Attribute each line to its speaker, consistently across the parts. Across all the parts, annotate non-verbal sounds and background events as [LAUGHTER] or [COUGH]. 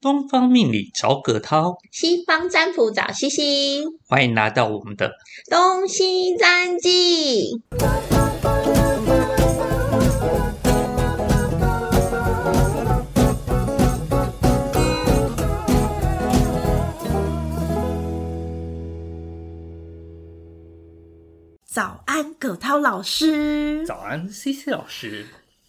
Speaker 1: 东方命理找葛涛，
Speaker 2: 西方占卜找西西，
Speaker 1: 欢迎来到我们的
Speaker 2: 东西占记。早安，葛涛老师。
Speaker 1: 早安，C C 老师。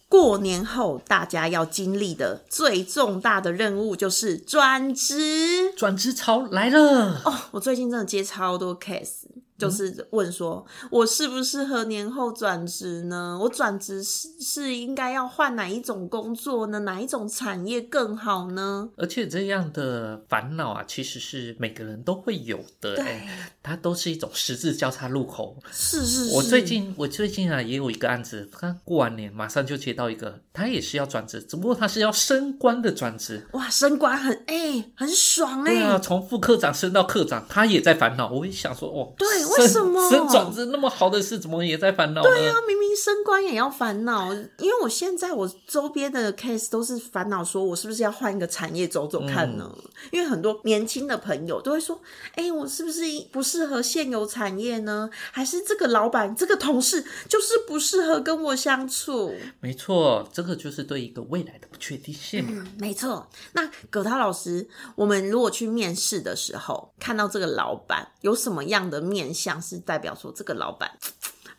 Speaker 2: 过年后大家要经历的最重大的任务就是转职
Speaker 1: 转职潮来了，
Speaker 2: 哦。我最近真的接超多 case，就是
Speaker 1: 嗯
Speaker 2: 问说、我适不适合年后转职呢？我转职是是应该要换哪一种工作呢？哪一种产业更好呢？
Speaker 1: 而且这样的烦恼啊，其实是每个人都会有的。
Speaker 2: 对
Speaker 1: 哎，它都是一种十字交叉路口。
Speaker 2: 是是是，
Speaker 1: 我最近我最近啊也有一个案子，刚过完年马上就接到一个，他也是要转职，只不过他是要升官的转职。
Speaker 2: 哇升官很哎、很爽哎、
Speaker 1: 对啊，从副科长升到科长，他也在烦恼。我也想说，哦，
Speaker 2: 对
Speaker 1: 升
Speaker 2: 为什么
Speaker 1: 升转职那么好的事，怎么也在烦恼呢？
Speaker 2: 对啊，明明升官也要烦恼，因为我现在我周边的 case 都是烦恼，说我是不是要换一个产业走走看呢？因为很多年轻的朋友都会说，哎、我是不是不适合现有产业呢？还是这个老板、这个同事就是不适合跟我相处？
Speaker 1: 没错，这个就是对一个未来的不确定性嘛。
Speaker 2: 嗯，没错。那葛涛老师，我们如果去面试的时候看到这个老板有什么样的面相，是代表说这个老板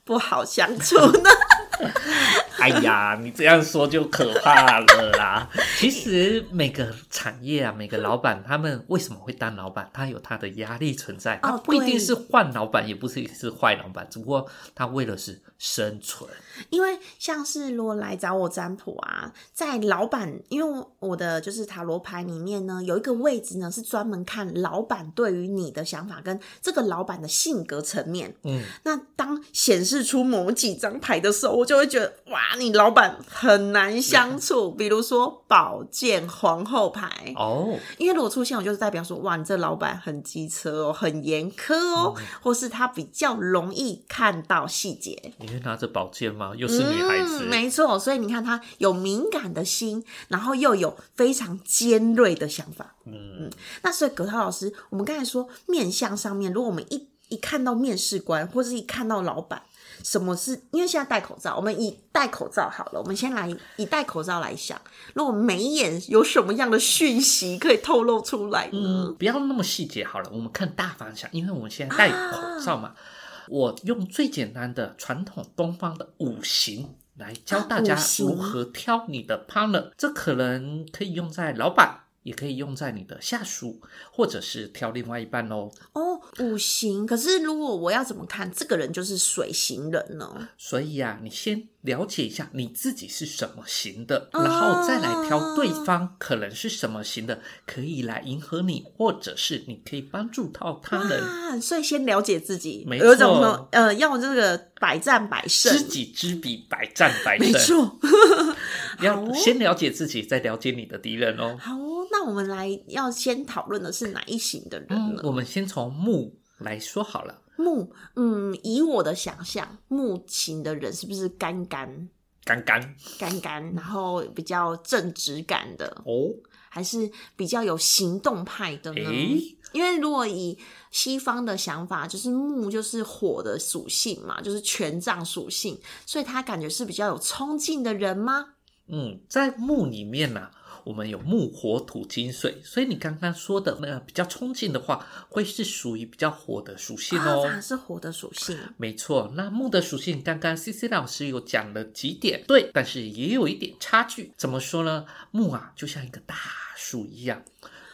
Speaker 2: 不好相处呢？
Speaker 1: 哎呀，你这样说就可怕了
Speaker 2: [LAUGHS]
Speaker 1: 啦。其实每个产业啊，每个老板他们为什么会当老板，他有他的压力存
Speaker 2: 哦
Speaker 1: 在，他不一定是换老板，也不是是坏老板，只不过他为了是生存。
Speaker 2: 因为像是如果来找我占卜啊，在老板，因为我的就是塔罗牌里面呢，有一个位置呢是专门看老板对于你的想法跟这个老板的性格层面。
Speaker 1: 嗯，
Speaker 2: 那当显示出某几张牌的时候，我就会觉得哇，你老板很难相处。比如说宝剑皇后牌，
Speaker 1: 哦，
Speaker 2: 因为如果出现，我就是代表说，哇，你这老板很机车哦，很严苛哦，或是他比较容易看到细节。
Speaker 1: 你会拿着宝剑吗？又是女孩子
Speaker 2: 嗯，，没错。所以你看，他有敏感的心，然后又有非常尖锐的想法。
Speaker 1: 嗯，
Speaker 2: 那所以葛涛老师，我们刚才说面相上面，如果我们一一看到面试官，或是一看到老板，什么是因为现在戴口罩，我们以戴口罩好了，我们先来以戴口罩来想，如果眉眼有什么样的讯息可以透露出来呢？
Speaker 1: 嗯，不要那么细节好了，我们看大方向，因为我们现在戴口罩
Speaker 2: 啊
Speaker 1: 嘛。我用最简单的传统东方的五行来教大家
Speaker 2: 啊五行
Speaker 1: 如何挑你的 partner，、这可能可以用在老板，也可以用在你的下属，或者是挑另外一半喽。
Speaker 2: 哦，五行。可是如果我要怎么看这个人就是水型人呢？
Speaker 1: 所以啊，你先了解一下你自己是什么型的，
Speaker 2: 啊
Speaker 1: 然后再来挑对方可能是什么型的，可以来迎合你，或者是你可以帮助到他人。
Speaker 2: 啊，所以先了解自己，
Speaker 1: 没
Speaker 2: 有一种
Speaker 1: 错
Speaker 2: 说呃，要这个百战百
Speaker 1: 知
Speaker 2: 胜，
Speaker 1: 己知彼，百战百
Speaker 2: 没
Speaker 1: 胜。
Speaker 2: 错。好
Speaker 1: 要
Speaker 2: 哦
Speaker 1: 先了解自己，再了解你的敌人哦。
Speaker 2: 好哦，那我们来要先讨论的是哪一型的人
Speaker 1: 嗯
Speaker 2: 呢，？
Speaker 1: 我们先从木来说好了。
Speaker 2: 木，嗯，以我的想象，木型的人是不是干干
Speaker 1: 刚刚
Speaker 2: 干干，然后比较正直感的，
Speaker 1: 哦，
Speaker 2: 还是比较有行动派的呢？
Speaker 1: 诶
Speaker 2: 因为如果以西方的想法，就是木就是火的属性嘛，就是权杖属性，所以他感觉是比较有冲劲的人吗？
Speaker 1: 嗯，在木里面呢、我们有木、火、土、金、水，所以你刚刚说的那个比较冲劲的话，会是属于比较火的属性
Speaker 2: 啊，
Speaker 1: 哦。
Speaker 2: 反而是火的属性。
Speaker 1: 没错，那木的属性，刚刚 C C 老师有讲了几点，对，但是也有一点差距。怎么说呢？木啊，就像一个大树一样，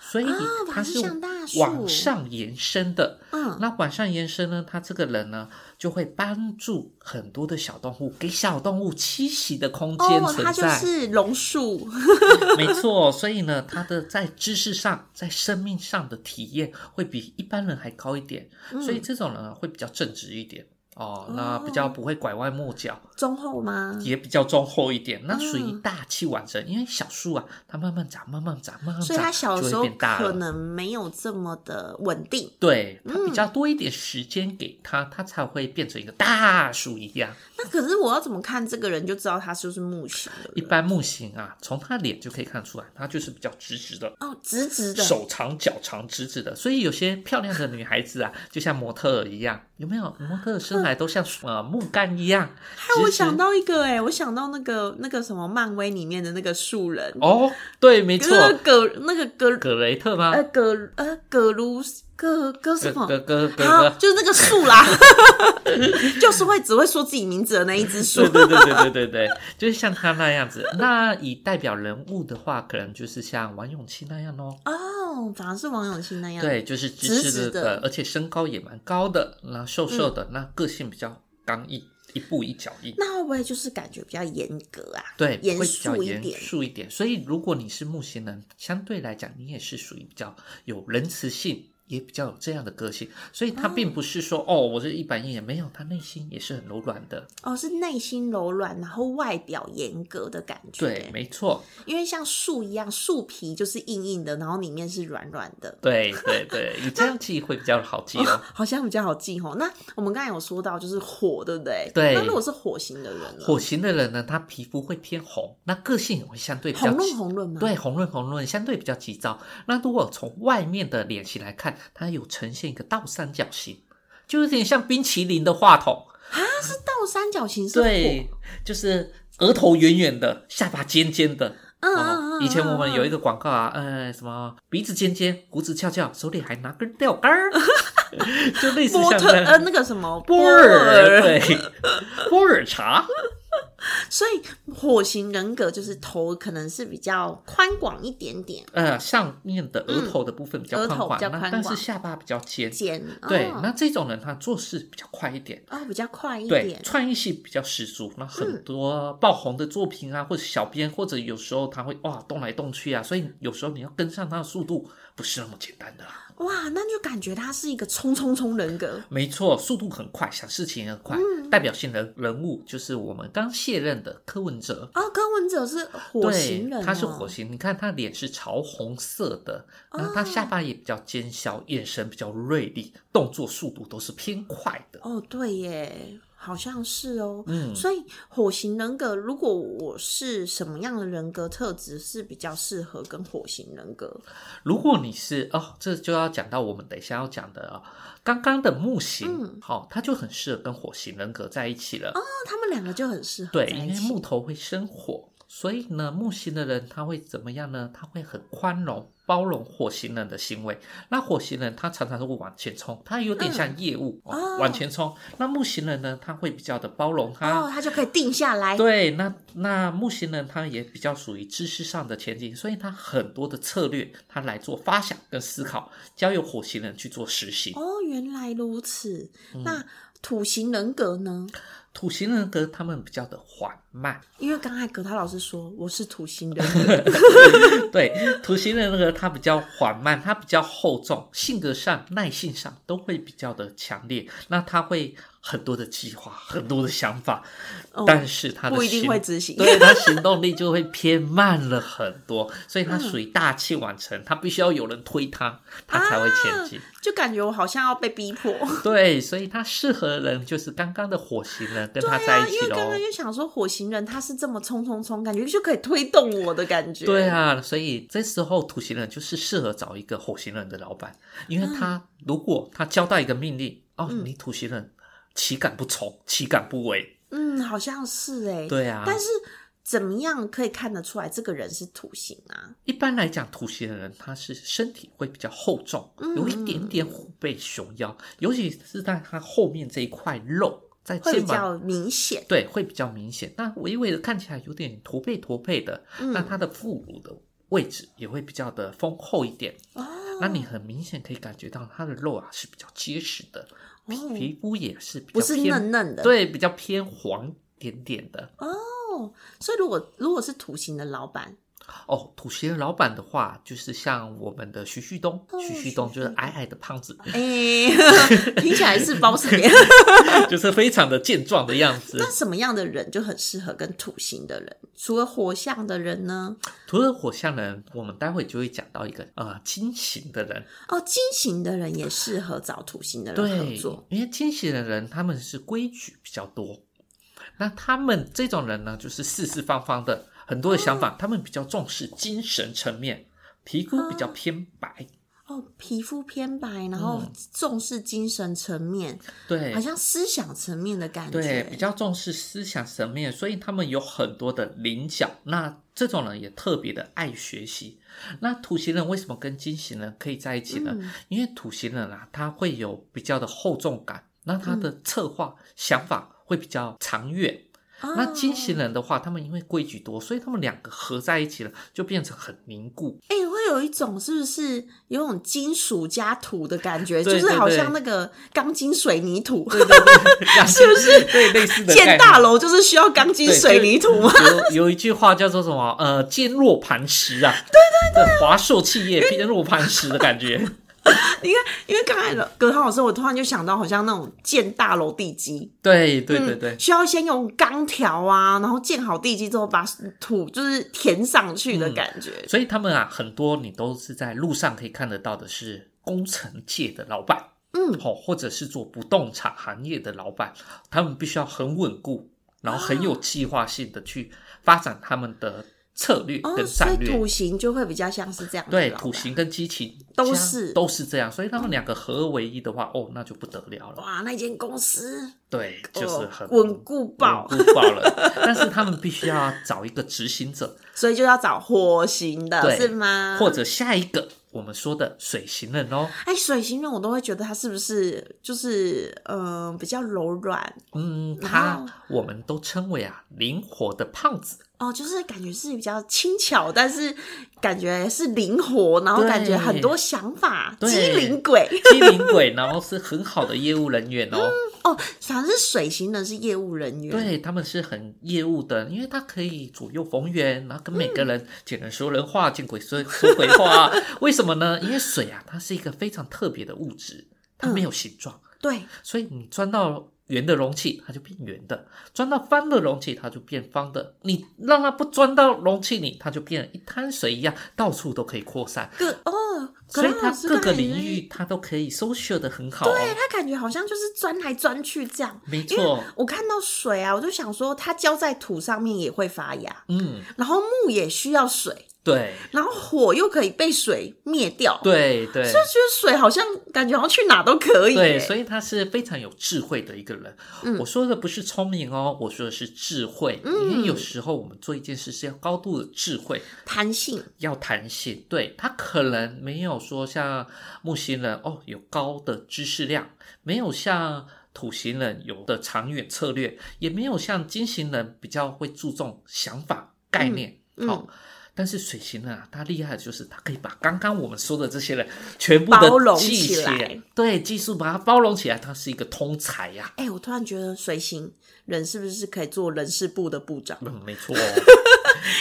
Speaker 1: 所以
Speaker 2: 啊
Speaker 1: 它是
Speaker 2: 反而像大树
Speaker 1: 往上延伸的。
Speaker 2: 嗯，
Speaker 1: 那往上延伸呢，它这个人呢，就会帮助很多的小动物，给小动物栖息的空间
Speaker 2: 哦，
Speaker 1: 存
Speaker 2: 它就
Speaker 1: 在。
Speaker 2: 是榕树。
Speaker 1: [LAUGHS] 没错，所以呢，他的在知识上、在生命上的体验会比一般人还高一点，
Speaker 2: 嗯
Speaker 1: 所以这种人啊会比较正直一点。哦
Speaker 2: 哦，
Speaker 1: 那比较不会拐弯抹角，
Speaker 2: 忠厚吗？
Speaker 1: 也比较忠厚一点，那属于
Speaker 2: 嗯
Speaker 1: 大器晚成。因为小树啊，它慢慢长，慢慢长，慢慢长，
Speaker 2: 所以他小时
Speaker 1: 就
Speaker 2: 候
Speaker 1: 会变大
Speaker 2: 可
Speaker 1: 了。
Speaker 2: 能没有这么的稳定。
Speaker 1: 对，它
Speaker 2: 嗯
Speaker 1: 比较多一点时间给它，它才会变成一个大树一样。
Speaker 2: 那可是我要怎么看这个人就知道他是不是木型的人？
Speaker 1: 一般木型啊，从他脸就可以看出来，他就是比较直直的，
Speaker 2: 哦，直直的，
Speaker 1: 手长脚长直直的。所以有些漂亮的女孩子啊， [LAUGHS] 就像模特儿一样，有没有？模特儿身材都像呃木杆一样。
Speaker 2: 害我想到一个哎、我想到那个那个什么漫威里面的那个树人，
Speaker 1: 哦，对，没
Speaker 2: 就
Speaker 1: 错
Speaker 2: 是，那个葛那个葛
Speaker 1: 葛雷特吗
Speaker 2: 呃？葛呃葛如葛葛什
Speaker 1: 葛
Speaker 2: 么？
Speaker 1: 葛葛葛
Speaker 2: 好，
Speaker 1: 葛。
Speaker 2: 就是那个
Speaker 1: [LAUGHS]
Speaker 2: 树啦， [LAUGHS] 就是会只会说自己名字的那一只树
Speaker 1: 对。对对对对对对， [LAUGHS] 就是像他那样子。那以代表人物的话，可能就是像王永庆那样哦。
Speaker 2: 哦，反而是王永庆那样。
Speaker 1: 对，就是直
Speaker 2: 直
Speaker 1: 直
Speaker 2: 直
Speaker 1: 的，
Speaker 2: 的嗯
Speaker 1: 而且身高也蛮高的，那瘦瘦的，那个性比较刚毅，一步一脚印。
Speaker 2: 那会不会就是感觉比较严格啊？
Speaker 1: 对，
Speaker 2: 严
Speaker 1: 会比较
Speaker 2: 肃一
Speaker 1: 严
Speaker 2: 点
Speaker 1: 肃一点。所以，如果你是木星人，相对来讲，你也是属于比较有仁慈性，也比较有这样的个性。所以，他并不是说哦我是一板一眼，没有，他内心也是很柔软的。
Speaker 2: 哦，是内心柔软，然后外表严格的感觉。欸
Speaker 1: 对，，没错，
Speaker 2: 因为像树一样，树皮就是硬硬的，然后里面是软软的。
Speaker 1: 对对对，你这样记会比较好记哦。
Speaker 2: [LAUGHS] 好像比较好记吼。那我们刚才有说到就是火，对不对？
Speaker 1: 对
Speaker 2: 那如果是火型的人呢？
Speaker 1: 火型的人呢，他皮肤会偏红，那个性也会相对比较
Speaker 2: 红
Speaker 1: 急
Speaker 2: 润红润吗？，
Speaker 1: 对，红润红润，相对比较急躁。那如果从外面的脸型来看，它有呈现一个倒三角形，就有点像冰淇淋的话筒。
Speaker 2: 倒三角形是火。
Speaker 1: 对，就是额头圆圆的，下巴尖尖的。
Speaker 2: 嗯，嗯嗯
Speaker 1: 哦，
Speaker 2: 嗯。
Speaker 1: 以前我们有一个
Speaker 2: 个
Speaker 1: 广告啊，呃，什么鼻子尖尖，胡子翘翘，手里还拿根钓竿
Speaker 2: [LAUGHS]
Speaker 1: 儿，就类似
Speaker 2: 波
Speaker 1: 像
Speaker 2: 特
Speaker 1: 这
Speaker 2: 呃
Speaker 1: 样。
Speaker 2: 那个什么
Speaker 1: 波尔，对，波尔茶，
Speaker 2: 所以火型人格就是头可能是比较宽广一点点
Speaker 1: 呃，上面的额头的部分比较
Speaker 2: 嗯额
Speaker 1: 宽
Speaker 2: 头比
Speaker 1: 广，
Speaker 2: 较
Speaker 1: 那
Speaker 2: 宽
Speaker 1: 但是
Speaker 2: 广
Speaker 1: 下巴比较尖。
Speaker 2: 尖，
Speaker 1: 对，
Speaker 2: 哦
Speaker 1: 那这种人他做事比较快一点，
Speaker 2: 哦比较快一
Speaker 1: 对，
Speaker 2: 点，
Speaker 1: 创意性比较十足。那很多爆红的作品
Speaker 2: 嗯
Speaker 1: 啊，或者小编，或者有时候他会哇动来动去啊，所以有时候你要跟上他的速度，不是那么简单的啦。
Speaker 2: 哇，那就感觉他是一个冲冲冲人格
Speaker 1: 没错，速度很快，想事情也很快。
Speaker 2: 嗯
Speaker 1: 代表性人人物就是我们刚卸任的柯文哲。
Speaker 2: 哦。柯文哲是火
Speaker 1: 对
Speaker 2: 型人、，哦，
Speaker 1: 他是火星，你看他脸是潮红色的，
Speaker 2: 啊
Speaker 1: 然后他下巴也比较尖削，眼神比较锐利，动作速度都是偏快的。
Speaker 2: 哦，对耶，好像是哦。
Speaker 1: 嗯
Speaker 2: 所以火型人格，如果我是什么样的人格特质是比较适合跟火型人格？哦
Speaker 1: 如果你是哦，这就要讲到我们等一下要讲的哦，刚刚的木
Speaker 2: 嗯
Speaker 1: 星，好、它就很适合跟火型人格在一起了。
Speaker 2: 那他们两个就很适合
Speaker 1: 对，
Speaker 2: 在
Speaker 1: 因
Speaker 2: 一
Speaker 1: 为
Speaker 2: 起
Speaker 1: 木头会生火，所以呢，木星的人他会怎么样呢？他会很宽容。包容火星人的行为，那火星人他常常会往前冲，他有点像业务、
Speaker 2: 哦
Speaker 1: 哦、往前冲。那木星人呢，他会比较的包容他，
Speaker 2: 哦，他就可以定下来。
Speaker 1: 对，那那木星人他也比较属于知识上的前进，所以他很多的策略他来做发想跟思考，交由火星人去做实行。
Speaker 2: 哦，原来如此。
Speaker 1: 嗯
Speaker 2: 那土型人格呢？
Speaker 1: 土星人格他们比较的缓慢， [LAUGHS]
Speaker 2: 因为刚才葛涛老师说我是土型人格，
Speaker 1: 对，土星人格他比较缓慢，他比较厚重，性格上、耐性上都会比较的强烈。那他会很多的计划，很多的想法，
Speaker 2: 哦
Speaker 1: [LAUGHS] 但是他的
Speaker 2: 不一定
Speaker 1: 行
Speaker 2: 会执行。
Speaker 1: 对他行动力就会偏慢了很多，所以
Speaker 2: 嗯
Speaker 1: 他属于大器晚成，他必须要有人推他，他才会
Speaker 2: 啊
Speaker 1: 前进。
Speaker 2: 就感觉我好像要被逼 [LAUGHS] 迫。
Speaker 1: 对，所以他适合的人就是刚刚的火星人跟他在
Speaker 2: 啊，
Speaker 1: 一
Speaker 2: 因
Speaker 1: 起
Speaker 2: 为
Speaker 1: 喽
Speaker 2: 刚。刚就想说火型人他是这么冲冲冲，感觉就可以推动我的感觉。
Speaker 1: 对啊，所以这时候土星人就是适合找一个火星人的老板，因为
Speaker 2: 嗯
Speaker 1: 他如果他交代一个命令，哦，你土星人岂敢不从，岂敢不为？
Speaker 2: 嗯，好像是哎、
Speaker 1: 对啊，
Speaker 2: 但是怎么样可以看得出来这个人是土型啊？
Speaker 1: 一般来讲，土星的人他是身体会比较厚重，
Speaker 2: 嗯
Speaker 1: 有一点点虎背熊腰，尤其是在他后面这一块肉，在
Speaker 2: 会
Speaker 1: 肩
Speaker 2: 比
Speaker 1: 膀。
Speaker 2: 较明显
Speaker 1: 对，会比较明显。那微微的看起来有点驼背驼背的，
Speaker 2: 嗯
Speaker 1: 那他的副乳的位置也会比较的丰厚一点。
Speaker 2: 哦。
Speaker 1: 那你很明显可以感觉到他的肉啊是比较结实的，皮
Speaker 2: 哦
Speaker 1: 皮肤也是比较
Speaker 2: 不是
Speaker 1: 偏
Speaker 2: 嫩嫩的
Speaker 1: 对，比较偏黄一点点的。
Speaker 2: 哦。所以如果如果是土型的
Speaker 1: [LAUGHS]
Speaker 2: 老板，
Speaker 1: 哦，土星老板的话，就是像我们的徐旭东，
Speaker 2: 哦
Speaker 1: 徐旭
Speaker 2: 徐
Speaker 1: 东
Speaker 2: 旭
Speaker 1: 就是
Speaker 2: 东
Speaker 1: 矮矮的胖子，
Speaker 2: 哎、 [LAUGHS] 听起来是包什么？
Speaker 1: 就是非常的健壮的样子
Speaker 2: 那。什么样的人就很适合跟土型的人？除了火象的人呢？
Speaker 1: 除了火象人，我们待会就会讲到一个呃金型的人，
Speaker 2: 哦，金型的人也适合找土型的人合
Speaker 1: 对
Speaker 2: 作，
Speaker 1: 因为金型的人他们是规矩比较多。那他们这种人呢，就是四四方方的，很多的想
Speaker 2: 嗯
Speaker 1: 法，他们比较重视精神层面，皮肤比较
Speaker 2: 嗯
Speaker 1: 偏白。
Speaker 2: 哦，皮肤偏白，然后重视精神层面，
Speaker 1: 嗯对，
Speaker 2: 好像思想层面的感
Speaker 1: 对，比
Speaker 2: 觉。
Speaker 1: 较重视思想层面，所以他们有很多的棱角。那这种人也特别的爱学习。那土型人为什么跟金型人可以在一起呢？
Speaker 2: 嗯
Speaker 1: 因为土型人啊，他会有比较的厚重感，那他的策划、想法会比较长远。那金型
Speaker 2: 哦
Speaker 1: 人的话，他们因为规矩多，所以他们两个合在一起了，就变成很凝固。
Speaker 2: 哎、会有一种是不是有种金属加土的感觉，
Speaker 1: 对
Speaker 2: 就是
Speaker 1: 对
Speaker 2: 好
Speaker 1: 对
Speaker 2: 像那个钢筋水泥土，
Speaker 1: 对对对， [LAUGHS] 是不是？对，类似的概
Speaker 2: 建
Speaker 1: 念
Speaker 2: 大楼就是需要钢筋
Speaker 1: 对
Speaker 2: 水泥土吗？？
Speaker 1: 就有有一句话叫做什么？呃，坚若磐石啊，对对对，华硕企业坚若磐石的感 [LAUGHS] 觉。
Speaker 2: 你
Speaker 1: 嗯
Speaker 2: 看， [LAUGHS] 因为刚才的葛涛老师，我突然就想到，好像那种建大楼地基，
Speaker 1: 对对对对
Speaker 2: 嗯，需要先用钢条啊，然后建好地基之后，把土就是填上去
Speaker 1: 嗯
Speaker 2: 的感觉。
Speaker 1: 所以他们啊，很多你都是在路上可以看得到的是工程界的老板，
Speaker 2: 嗯，
Speaker 1: 哦，或者是做不动产行业的老板，他们必须要很稳固，然后很
Speaker 2: 啊
Speaker 1: 有计划性的去发展他们的策略
Speaker 2: 哦，
Speaker 1: 跟
Speaker 2: 所
Speaker 1: 战
Speaker 2: 以
Speaker 1: 略。
Speaker 2: 土型就会比较像是这样子
Speaker 1: 对，
Speaker 2: 了
Speaker 1: 土型跟激情
Speaker 2: 都
Speaker 1: 加
Speaker 2: 是哦
Speaker 1: 都是这样，所以他们两个合二为一的话，哦，那就不得了了。
Speaker 2: 哇，那间公司
Speaker 1: 对，就是
Speaker 2: 哦
Speaker 1: 很
Speaker 2: 稳固爆，
Speaker 1: 稳固爆了。但是他们必须要找一个执行
Speaker 2: [LAUGHS]
Speaker 1: 者，
Speaker 2: 所以就要找火型的
Speaker 1: 对
Speaker 2: 是吗？
Speaker 1: 或者下一个我们说的水型人哦。
Speaker 2: 哎，水型人我都会觉得他是不是就是嗯、呃比较柔软
Speaker 1: 嗯，
Speaker 2: 哦
Speaker 1: 他我们都称为啊灵活的胖子，
Speaker 2: 哦，就是感觉是比较轻巧，但是感觉是灵活，然后
Speaker 1: 对
Speaker 2: 感觉很多想法，
Speaker 1: 对
Speaker 2: 机灵鬼
Speaker 1: 机灵鬼，然后是很好的业务人员哦。
Speaker 2: 哦，反正是水型人是业务人员，
Speaker 1: 对，他们是很业务的，因为他可以左右逢源，然后跟每个人见人说人话，见鬼说说鬼话。为什么呢？因为水啊，它是一个非常特别的物质，它没有形状。
Speaker 2: 对
Speaker 1: 所以你钻到圆的容器，它就变圆的；钻到方的容器，它就变方的。你让它不钻到容器里，它就变一滩水一样，到处都可以扩散。
Speaker 2: 各哦，
Speaker 1: 所以
Speaker 2: 葛
Speaker 1: 它
Speaker 2: 老师
Speaker 1: 各个
Speaker 2: 感觉
Speaker 1: 领域，它都可以 social 的很好哦。
Speaker 2: 他感觉好像就是钻来钻去这样。
Speaker 1: 没
Speaker 2: 因为
Speaker 1: 错，
Speaker 2: 我看到水啊，我就想说它浇在土上面也会发芽，
Speaker 1: 嗯，
Speaker 2: 然后木也需要水，
Speaker 1: 对，
Speaker 2: 然后火又可以被水灭掉，，
Speaker 1: 对对
Speaker 2: 就觉得水好像感觉好像去哪都可以耶、
Speaker 1: 对，所以他是非常有智慧的一个人。
Speaker 2: 嗯
Speaker 1: 我说的不是聪明哦，我说的是智慧。因为有时候我们做一件事是要高度的智慧，
Speaker 2: 弹性
Speaker 1: 要弹性，对他可能没有说像木星人哦有高的知识量，没有像土型人有的长远策略，也没有像金型人比较会注重想法概念，
Speaker 2: 嗯
Speaker 1: 好、但是水型人啊，他厉害的就是他可以把刚刚我们说的这些人全部
Speaker 2: 包容
Speaker 1: 的记
Speaker 2: 起来
Speaker 1: 来，对技术把它包容起来，他是一个通才啊呀、
Speaker 2: 哎、我突然觉得水星人是不是可以做人事部的部长？
Speaker 1: 嗯，没
Speaker 2: [LAUGHS]
Speaker 1: 错、哦，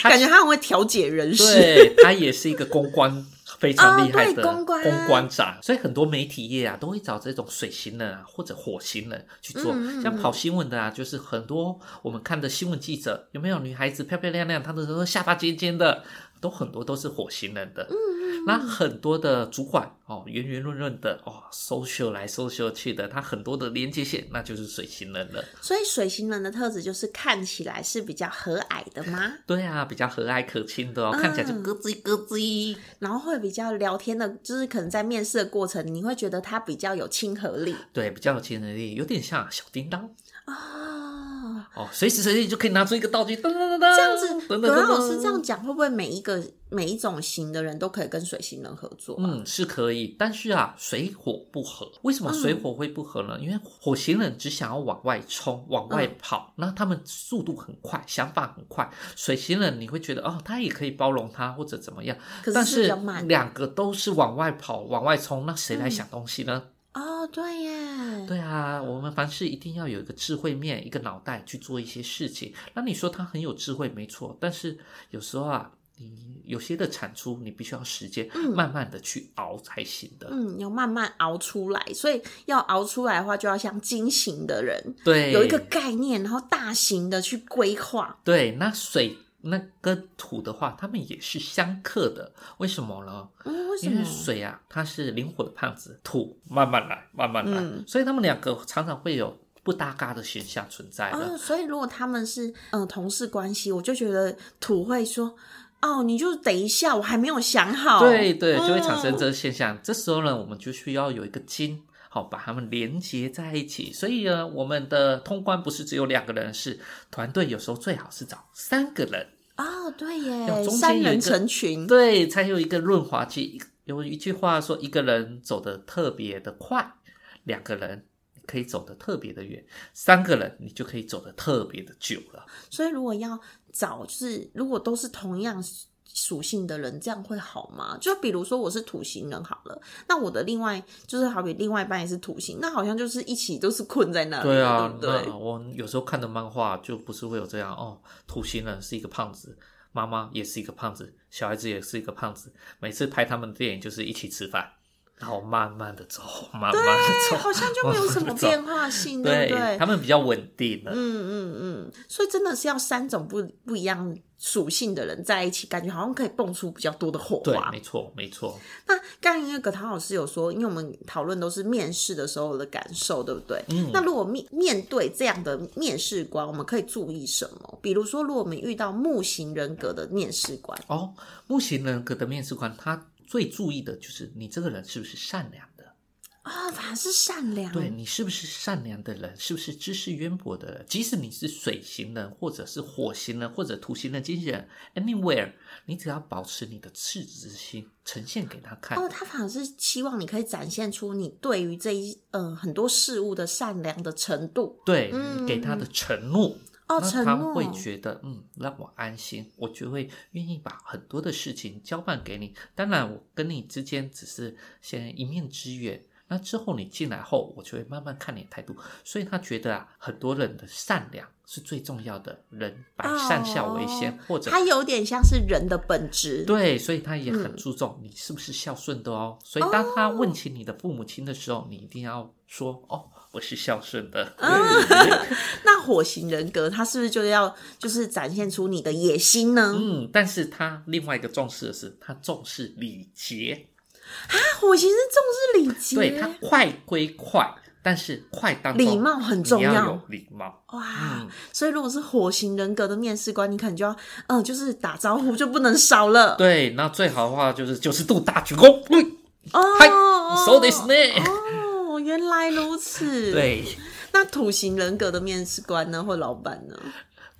Speaker 1: 他
Speaker 2: 感觉他很会调解人事。
Speaker 1: 对，他也是一个公关非常厉害
Speaker 2: 哦对
Speaker 1: 的
Speaker 2: 公关
Speaker 1: 关长，所以很多媒体业啊都会找这种水型人啊或者火型人去做，
Speaker 2: 嗯嗯
Speaker 1: 像跑新闻的啊，就是很多我们看的新闻记者有没有女孩子漂漂亮亮，她的都下巴尖尖的，都很多都是火型人
Speaker 2: 嗯
Speaker 1: 的。那很多的主管哦，圆圆润润的哦，social 来 social 去的，他很多的连接线，那就是水型人了。
Speaker 2: 所以水星人的特质就是看起来是比较和蔼的吗？
Speaker 1: 对啊，比较和蔼可亲的哦，看起来就
Speaker 2: 嗯
Speaker 1: 咯吱咯吱。
Speaker 2: 然后会比较聊天的，就是可能在面试的过程，你会觉得他比较有亲和力
Speaker 1: 对，比较有亲和力，有点像小叮当
Speaker 2: 哦。
Speaker 1: 哦，随时随地就可以拿出一个道具，噔噔噔噔，
Speaker 2: 这样子，
Speaker 1: 噔噔
Speaker 2: 葛
Speaker 1: 噔
Speaker 2: 老师这样
Speaker 1: 噔。
Speaker 2: 讲，会不会每一个每一种型的人都可以跟水星人合作、啊？
Speaker 1: 嗯，是可以，但是啊，水火不合。为什么水火会不合呢？
Speaker 2: 嗯
Speaker 1: 因为火星人只想要往外冲、往外
Speaker 2: 嗯
Speaker 1: 跑，那他们速度很快，想法很快。水星人你会觉得哦，他也可以包容他或者怎么样，
Speaker 2: 可
Speaker 1: 但
Speaker 2: 是比
Speaker 1: 是嗯
Speaker 2: 较慢
Speaker 1: 两个都是往外跑、往外冲，那谁来想东西呢？
Speaker 2: 哦，对耶，
Speaker 1: 对啊，我们凡事一定要有一个智慧面，一个脑袋去做一些事情。那你说他很有智慧，没错，但是有时候啊，你有些的产出，你必须要时间、慢慢的去熬才行的。
Speaker 2: 嗯，要慢慢熬出来，所以要熬出来的话，就要像金型的人
Speaker 1: 对，
Speaker 2: 有一个概念，然后大型的去规划。
Speaker 1: 对，那水那跟土的话，它们也是相克的，为什么呢？
Speaker 2: 嗯，为什
Speaker 1: 因
Speaker 2: 么
Speaker 1: 为？水啊，它是灵活的胖子，土慢慢来，慢慢来，
Speaker 2: 嗯
Speaker 1: 所以他们两个常常会有不搭嘎的现象存在了。
Speaker 2: 啊，所以如果他们是嗯、呃同事关系，我就觉得土会说，哦，你就等一下，我还没有想好。
Speaker 1: 对对，就会
Speaker 2: 嗯
Speaker 1: 产生这个现象。这时候呢，我们就需要有一个筋，好把它们连接在一起。所以呢，我们的通关不是只有两个人的事，团队有时候最好是找三个人，
Speaker 2: 哦，对耶，
Speaker 1: 要中
Speaker 2: 三
Speaker 1: 间有一
Speaker 2: 人
Speaker 1: 个
Speaker 2: 成群。
Speaker 1: 对，才有一个润滑剂。有一句话说，一个人走得特别的快，两个人可以走得特别的远，三个人你就可以走得特别的久了。
Speaker 2: 所以如果要找，就是如果都是同样属性的人，这样会好吗？就比如说我是土星人好了，那我的另外就是好比另外一半也是土星，那好像就是一起都是困在那里，
Speaker 1: 对啊，
Speaker 2: 对不
Speaker 1: 那
Speaker 2: 对？
Speaker 1: 我有时候看的漫画就不是会有这样哦，土星人是一个胖子，妈妈也是一个胖子，小孩子也是一个胖子，每次拍他们的电影就是一起吃饭，然后慢慢的走，慢慢的走，
Speaker 2: [LAUGHS] 好像就没
Speaker 1: [LAUGHS]
Speaker 2: 有什么
Speaker 1: 走
Speaker 2: 变化
Speaker 1: [LAUGHS]
Speaker 2: 性，
Speaker 1: 对
Speaker 2: 不对？
Speaker 1: 他们比较稳定了。
Speaker 2: 嗯嗯嗯，所以真的是要三种不不一样属性的人在一起，感觉好像可以蹦出比较多的火
Speaker 1: 对，
Speaker 2: 花
Speaker 1: 没。错，没错，
Speaker 2: 那刚刚因为葛涛老师有说，因为我们讨论都是面试的时候的感受，对不对？嗯、那如果面面对这样的面试官，我们可以注意什么？比如说，如果我们遇到木型人格的面试官，
Speaker 1: 哦，木型人格的面试官，他最注意的就是你这个人是不是善良的，
Speaker 2: 啊、反而是善良，
Speaker 1: 对你是不是善良的人，是不是知识渊博的人？即使你是水型人，或者是火型人，或者土型人、金星人，anywhere，你只要保持你的赤子之心，呈现给他看。
Speaker 2: 哦，他反而是希望你可以展现出你对于这一呃很多事物的善良的程度
Speaker 1: 对
Speaker 2: 嗯
Speaker 1: 你给他的承诺，
Speaker 2: 哦，
Speaker 1: 那
Speaker 2: 承
Speaker 1: 他
Speaker 2: 诺
Speaker 1: 会觉得嗯，让我安心，我就会愿意把很多的事情交办给你。当然，我跟你之间只是先一面之缘。那之后你进来后，我就会慢慢看你的态度，所以他觉得啊，很多人的善良是最重要的，人百善孝为先，或者
Speaker 2: 哦他有点像是人的本质，
Speaker 1: 对，所以他也很
Speaker 2: 嗯
Speaker 1: 注重你是不是孝顺的哦。所以当他问起你的父母亲的时候，你一定要说哦，我是孝顺的。
Speaker 2: 哦
Speaker 1: [LAUGHS]
Speaker 2: 那火型人格，他是不是就要就是展现出你的野心呢？
Speaker 1: 嗯，但是他另外一个重视的是，他重视礼节，
Speaker 2: 那火型是重视礼节，
Speaker 1: 对他快归快，但是快当中
Speaker 2: 礼貌很重
Speaker 1: 你
Speaker 2: 要
Speaker 1: 要有礼貌。
Speaker 2: 哇。
Speaker 1: 嗯，
Speaker 2: 所以如果是火型人格的面试官，你可能就要嗯、呃就是打招呼就不能少了
Speaker 1: 对，那最好的话就是九十度大鞠躬，嗨
Speaker 2: 哦。
Speaker 1: ，so this 呢？
Speaker 2: 哦，原来如此。，
Speaker 1: 对，
Speaker 2: 那土型人格的面试官呢，或老板呢？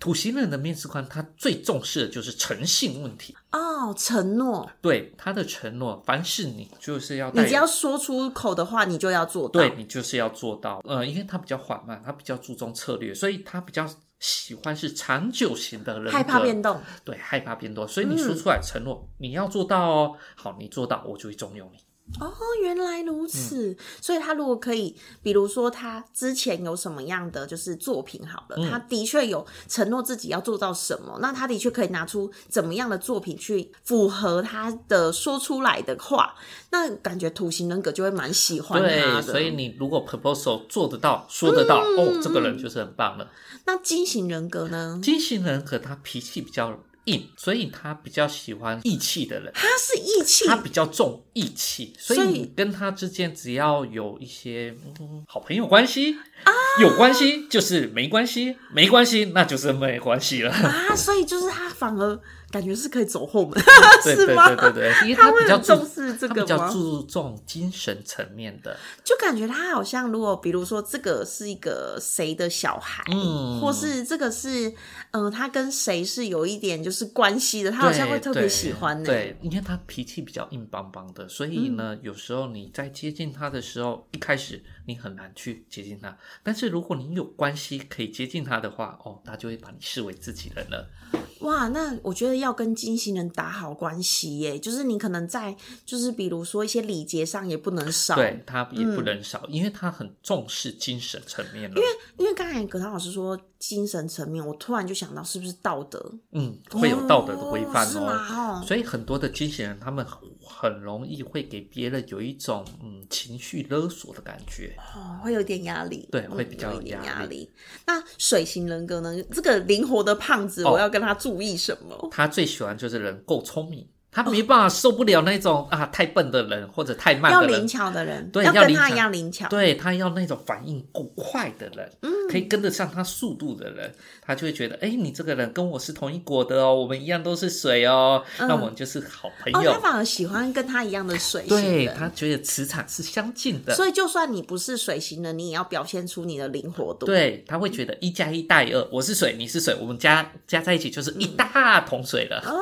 Speaker 1: 土星人的面试官他最重视的就是诚信问题，
Speaker 2: 哦，承诺，
Speaker 1: 对他的承诺，凡是你就是要
Speaker 2: 你
Speaker 1: 带
Speaker 2: 只要说出口的话，你就要做到。
Speaker 1: 对你就是要做到。呃，因为他比较缓慢，他比较注重策略，所以他比较喜欢是长久型的人格，
Speaker 2: 害怕变动。
Speaker 1: 对，害怕变多，
Speaker 2: 嗯
Speaker 1: 所以你说出来承诺，你要做到哦。好，你做到，我就会重用你。
Speaker 2: 哦，原来
Speaker 1: 嗯
Speaker 2: 如此。所以他如果可以，比如说他之前有什么样的就是作品好了，
Speaker 1: 嗯
Speaker 2: 他的确有承诺自己要做到什么，那他的确可以拿出怎么样的作品去符合他的说出来的话，那感觉土型人格就会蛮喜欢他
Speaker 1: 对，
Speaker 2: 的。
Speaker 1: 所以你如果 proposal 做得到，说得到，哦，这个
Speaker 2: 嗯
Speaker 1: 人就是很棒了。
Speaker 2: 那金型人格呢？
Speaker 1: 金星人和他脾气比较硬，所以他比较喜欢义气的人，
Speaker 2: 他是义气
Speaker 1: 他比较重义气，所以
Speaker 2: 所以
Speaker 1: 你跟他之间只要有一些、嗯、好朋友关系。
Speaker 2: 啊
Speaker 1: 有关系就是没关系，没关系那就是没关系了。
Speaker 2: 啊，所以就是他反而感觉是可以走后门，
Speaker 1: [LAUGHS] 对
Speaker 2: 是
Speaker 1: 对
Speaker 2: 吗？
Speaker 1: 对对对，因为
Speaker 2: 他会
Speaker 1: 比较
Speaker 2: 很重
Speaker 1: 注
Speaker 2: 视这
Speaker 1: 他
Speaker 2: 个
Speaker 1: 比较
Speaker 2: 吗
Speaker 1: 注重精神层面的，
Speaker 2: 就感觉他好像，如果比如说这个是一个谁的小孩，
Speaker 1: 嗯
Speaker 2: 或是这个是，嗯、他跟谁是有一点就是关系的，他好
Speaker 1: 对
Speaker 2: 像会特别喜欢呢、嗯
Speaker 1: 对，对因为他脾气比较硬邦邦的，所以呢，有时候你在接近他的时候，一开始你很难去接近他，但是如果你有关系可以接近他的话，哦，他就会把你视为自己人了。
Speaker 2: 哇，那我觉得要跟金星人打好关系耶，就是你可能在就是比如说一些礼节上也不能少。嗯
Speaker 1: 对他也不能少，因为他很重视精神层面了。因为
Speaker 2: 因为刚才葛涛老师说精神层面，我突然就想到是不是道德
Speaker 1: 嗯，会有道德的规范
Speaker 2: 是
Speaker 1: 哦。
Speaker 2: 吗？哦，
Speaker 1: 所以很多的金星人，他们很容易会给别人有一种嗯情绪勒索的感觉。
Speaker 2: 哦会有点压力，
Speaker 1: 对
Speaker 2: 嗯
Speaker 1: 会比较
Speaker 2: 有一点
Speaker 1: 有压
Speaker 2: 压力。那水型人格呢？这个灵活的胖子，
Speaker 1: 哦
Speaker 2: 我要跟他注意什么？
Speaker 1: 他最喜欢就是人够聪明，他没办法受不了那种、啊太笨的人或者太慢
Speaker 2: 要
Speaker 1: 的
Speaker 2: 灵
Speaker 1: 人，
Speaker 2: 巧的人，
Speaker 1: 对
Speaker 2: 要
Speaker 1: 要
Speaker 2: 跟
Speaker 1: 灵
Speaker 2: 他
Speaker 1: 巧
Speaker 2: 一样灵巧。
Speaker 1: 对他要那种反应够快的人，
Speaker 2: 嗯
Speaker 1: 可以跟得上他速度的人，他就会觉得，哎、你这个人跟我是同一国的哦，我们一样都是水哦，那我们就是好朋
Speaker 2: 嗯哦，
Speaker 1: 友。
Speaker 2: 他反而喜欢跟他一样的水型
Speaker 1: 对
Speaker 2: 人。
Speaker 1: 他觉得磁场是相近的，
Speaker 2: 所以，就算你不是水型人，你也要表现出你的灵活度。
Speaker 1: 对他会觉得一加一大于二，我是水，你是水，我们加加在一起就是一大桶水了。
Speaker 2: 哦，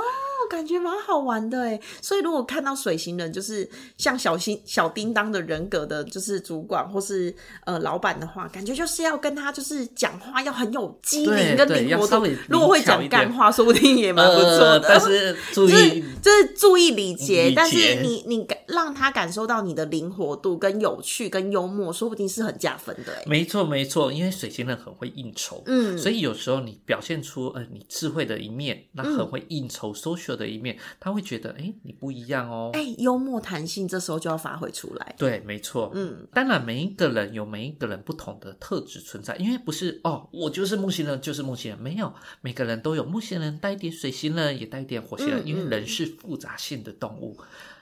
Speaker 2: 感觉蛮好玩的哎。所以，如果看到水型人，就是像小新、小叮当的人格的，就是主管或是呃老板的话，感觉就是要跟他就是讲话要很有机灵
Speaker 1: 对
Speaker 2: 跟
Speaker 1: 对
Speaker 2: 灵活
Speaker 1: 要稍
Speaker 2: 度
Speaker 1: 微。
Speaker 2: 如果会
Speaker 1: 灵巧
Speaker 2: 讲
Speaker 1: 一点
Speaker 2: 干话，说不定也蛮不错的。
Speaker 1: 呃， [LAUGHS] 但
Speaker 2: [LAUGHS]
Speaker 1: 是注
Speaker 2: 就是
Speaker 1: 意
Speaker 2: 就是注意理解，
Speaker 1: 理解
Speaker 2: 但是你你感让他感受到你的灵活度、跟有趣、跟幽默，说不定是很加分的、欸。
Speaker 1: 没错，没错，因为水星人很会应酬，
Speaker 2: 嗯
Speaker 1: 所以有时候你表现出呃你智慧的一面，那很
Speaker 2: 嗯
Speaker 1: 会应酬、social 的一面，他会觉得哎、诶你不一样哦。
Speaker 2: 哎、幽默弹性这时候就要发挥出来。
Speaker 1: 对，没错，
Speaker 2: 嗯，
Speaker 1: 当然每一个人有每一个人不同的特质存在，因为不是哦，我就是木星人，就是木星人，没有每个人都有木星人带一点水星人，也带一点火星人，
Speaker 2: 嗯
Speaker 1: 因为
Speaker 2: 嗯
Speaker 1: 人是复杂性的动物。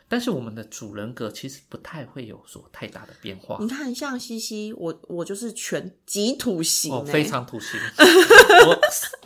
Speaker 1: 但是我们的主人格其实不太会有所太大的变化
Speaker 2: 你，看，像西西，我我就是全极土型、欸
Speaker 1: 哦，非常土星。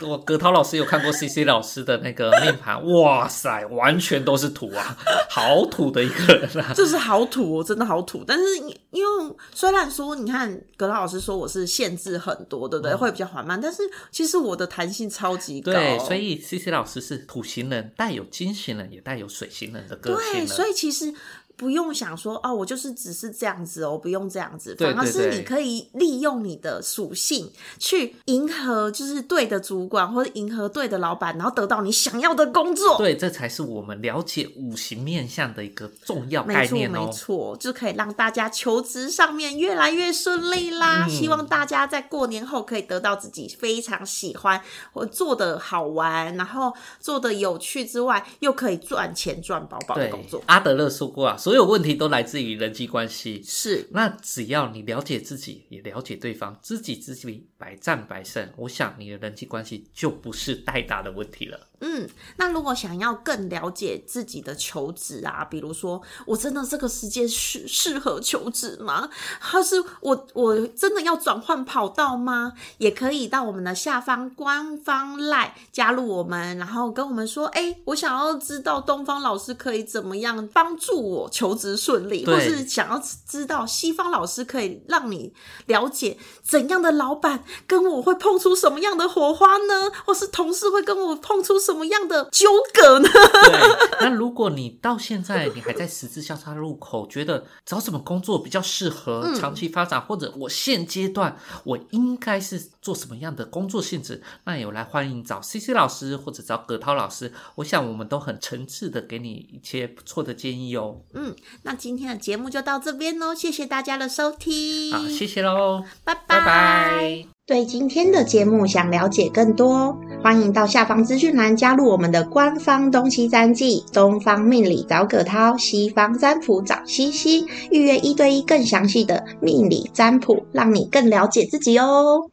Speaker 1: 我我葛涛老师有看过 C C 老师的那个命盘，哇塞，完全都是土啊，好土的一个人啊。
Speaker 2: 就是好土哦，真的好土。但是因因为虽然说，你看葛老师说我是限制很多，对不对？会比较缓慢，但是其实我的弹性超级高，
Speaker 1: [LAUGHS] 嗯
Speaker 2: 哦
Speaker 1: 对，所以 C C 老师是土型人，带有金型人，也带有水型人的个性
Speaker 2: 对，
Speaker 1: 了。
Speaker 2: 所以其实不用想说哦，我就是只是这样子哦，不用这样子，
Speaker 1: 对
Speaker 2: 反而
Speaker 1: 对
Speaker 2: 是
Speaker 1: 对
Speaker 2: 你可以利用你的属性去迎合，就是对的主管或者迎合对的老板，然后得到你想要的工作。
Speaker 1: 对，这才是我们了解五行面相的一个重要
Speaker 2: 没
Speaker 1: 概
Speaker 2: 错，
Speaker 1: 念
Speaker 2: 没
Speaker 1: 哦。
Speaker 2: 错，就可以让大家求职上面越来越顺利啦。
Speaker 1: 嗯
Speaker 2: 希望大家在过年后可以得到自己非常喜欢或做的好玩，然后做的有趣之外，又可以赚钱赚饱饱的
Speaker 1: 对
Speaker 2: 工作。，
Speaker 1: 阿德勒说过啊，所有问题都来自于人际关系。
Speaker 2: 是，
Speaker 1: 那只要你了解自己，也了解对方，知己知彼，百战百胜，我想你的人际关系就不是太大的问题了。
Speaker 2: [LAUGHS] 嗯，那如果想要更了解自己的求职啊，比如说我真的这个时间适适合求职吗？还是我我真的要转换跑道吗？也可以到我们的下方官方 line 加入我们，然后跟我们说，哎、我想要知道东方老师可以怎么样帮助我求职顺利，
Speaker 1: 对
Speaker 2: 或是想要知道西方老师可以让你了解怎样的老板跟我会碰出什么样的火花呢？或是同事会跟我碰出什么样的纠葛呢？
Speaker 1: 对，那如果你到现在你还在十字交叉路口，觉得找什么工作比较适
Speaker 2: 嗯
Speaker 1: 合长期发展，或者我现阶段我应该是做什么样的工作性质，那有来欢迎找 C C 老师或者找葛涛老师，我想我们都很诚挚的给你一些不错的建议哦。
Speaker 2: 嗯，那今天的节目就到这边喽，谢谢大家的收听，
Speaker 1: 好，谢谢喽，
Speaker 2: 拜嗯拜。
Speaker 1: 拜拜。
Speaker 2: 对今天的节目想了解更多，欢迎到下方资讯栏加入我们的官方东西占记，东方命理找葛涛，西方占卜找西西，预约一对一更详细的命理占卜，让你更了解自己哦。